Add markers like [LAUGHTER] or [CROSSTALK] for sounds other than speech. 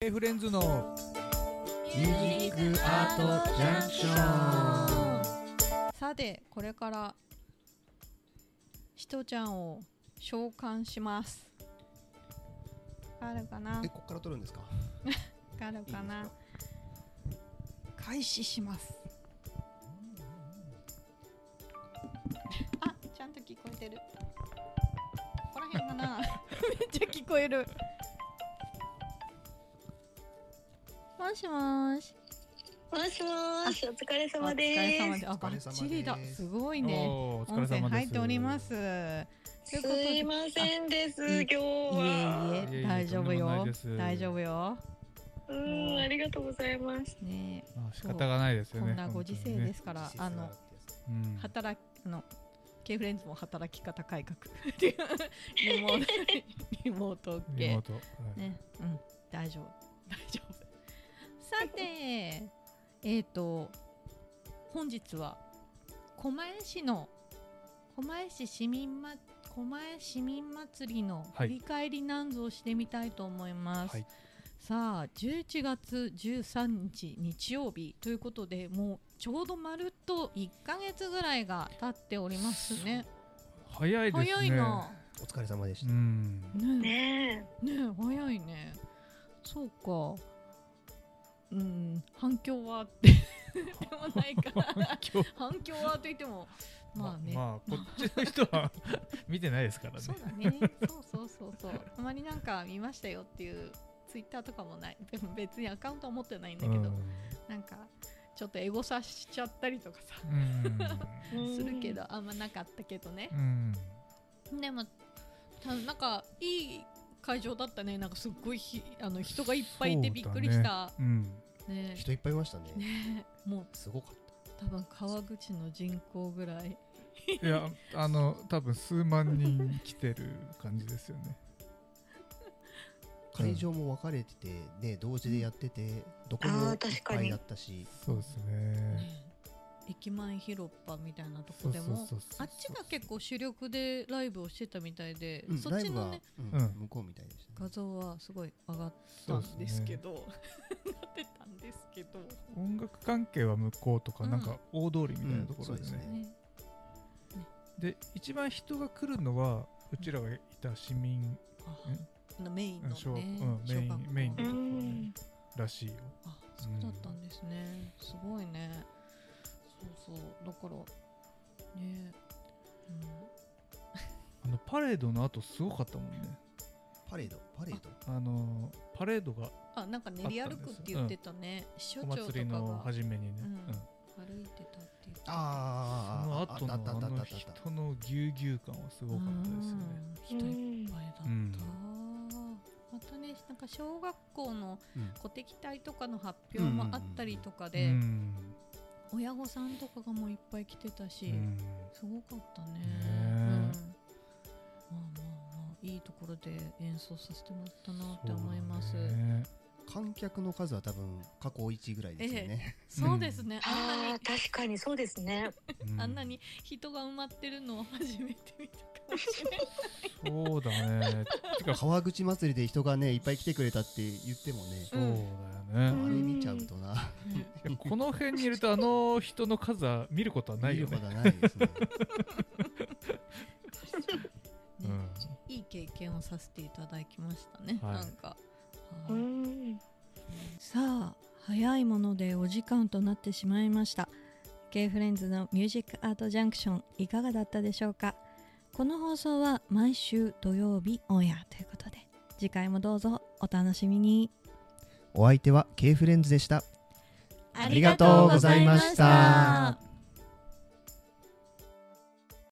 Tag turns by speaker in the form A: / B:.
A: K フレンズの
B: ミュージックアートジャンクショ
C: さてこれからしとちゃんを召喚しますあるかな
B: え、こっから撮るんですか。
C: あるかない
B: いで
C: 開始しますあちゃんと聞こえてるここら辺かな [LAUGHS] めっちゃ聞こえるもしもーし
D: もしもーし、お疲れ
C: お
D: 様
C: 疲
D: で
C: れ
D: す。
C: 様であ
B: お疲
C: バ
B: れ様です
C: ッチリだすごいね
A: おーお疲
C: 音
A: れ
C: 声
A: 様です
C: 入っておりますということ
D: す
C: で
D: いませんです、
C: あ
D: 今日は。
C: い
A: い
C: えい
A: えいえ
C: え大丈夫
A: とんでもな
C: よ
A: いです
C: 大丈夫よ
D: うーん、ありがとうございます。
C: ねえ
A: まあ仕方がないですよ
C: こ
A: ね、
C: んなご時世ですすから、あの
A: 本当にね
C: 働きあの K フレンズも働き方改革 [LAUGHS] っていうリモートリモート
A: うん、リモー
C: 系
A: ト、はい
C: ねうん大丈夫大丈夫さて [LAUGHS] えー、と本日は狛江市の狛江市市民ま狛江市民祭りの振り返りなんぞをしてみたいと思います、
A: はい
C: さあ11月13日日曜日ということでもうちょうどまるっと1ヶ月ぐらいが経っておりますね
A: 早いですね
C: 早いな、
B: お疲れ様でし
A: う
B: た。
A: ん
C: ねえ
D: ね
C: ねえ早いねそうかうん反響はってでもないか
A: 今日
C: 反響はと言ってもまあね、
A: まあこっちの人は [LAUGHS] 見てないですからね
C: そうだねそうそうそうそうあまりなんか見ましたよっていうツイッターとかもないでも別にアカウントは持ってないんだけど、なんかちょっとエゴサしちゃったりとかさ
A: うん
D: え。うん
C: するけ。どあんまなかったけどね
A: う、ん
C: でもたなんかいい会場だったねなんかすっごいひあの人がいっぱいいてびっくりした
A: うん、うん
C: ね
B: 人いっぱいいましたね。
C: ねえもう
B: すごかった。
C: 多分川口の人口ぐらい
A: いやあの多分数万人来てる感じですよね。
B: 会場も分かれてて、ね、同時でやってて、どこもい
D: あ
B: っ
D: ー確か
B: ぱ
D: に
B: いだったし。
A: そうですね。
C: 駅前広場みたいなと
A: そ
C: こ
A: う
C: で
A: そうそう
C: も
A: そう
C: あっちが結構主力でライブをしてたみたいで、
B: うん
C: そっちの
B: ライ
C: ね
B: ブ
A: う
B: は
A: ん
B: うん向こうみたいでした
C: 画
B: ね。
C: 像はすごい上がっ
A: そ
C: た
A: うん
C: ですけ
A: ね。
C: ど [LAUGHS] なってたんですけど、
A: 音楽関係は向こうとか、
C: うん
A: なんか大通りみたいなところでね。
B: うんそうですね
C: ね、
A: で一番人が来るのはうちらがいた市民
C: あ
A: うん
C: あのメインのね
A: 小うんメイン
C: 小学校
A: メインのと
D: う
A: ころ
D: ん。
A: らしいよ。
C: あそうだったんですね、すごいねそうそうだからね、
A: あのパレードの後すごかったもんね。
B: パレード、パレード。
A: あのパレードが
C: うん、あなんか練り歩くって言ってたね市
A: お
C: 長とか
A: 祭りの
C: が
A: 初めにね。
C: うん
A: うん
C: 歩いてたって言ってた
B: あ
A: その後
B: ー
A: の
B: あったあった
A: あ
B: あったあ
A: の
B: ったあった
A: 人のぎゅうぎゅう感はすごかったですよね。
C: う
D: うん
C: 人いっ
D: ん
C: ぱいだった、
A: うん
C: またねなんか小学校の
B: うん
C: 鼓笛隊とかの発表もあったりとか
A: う
C: で、
A: ん
C: 親御さんとかがもういっぱい来てたし、
A: うん
C: すごかったね
A: え
C: うん、まあまあまあいいところで演奏させてもらったなって思います
A: そうだね
B: 観客の数は多分過去一ぐらいですよね。
C: そう,、ですねあんなに
D: ああ、確かにそうですね。
A: うん
C: あんなに人が埋まってるのを初めて見たかもしれない
A: そうだねてか
B: 川口祭りで人がね、いっぱい来てくれたって言ってもね、
A: そうだよ
D: う
A: ね
D: ん
B: あれ見ちゃうとな、
C: ね
A: いやこの辺にいるとあの人の数は見ることはない
B: 見
A: よ
B: る
A: ね
B: ことはないですね。
C: ね
A: 嗯
C: いい経験をさせていただきましたね、
A: はい
C: なんか、
D: う
C: はい
D: ん。
C: さあ早いものでお時間となってしまいました K フレンズのミュージックアートジャンクションいかがだったでしょうかこの放送は毎週土曜日オンエアということで次回もどうぞお楽しみに
B: お相手は K フレンズでした。
C: あ
B: りがとうございました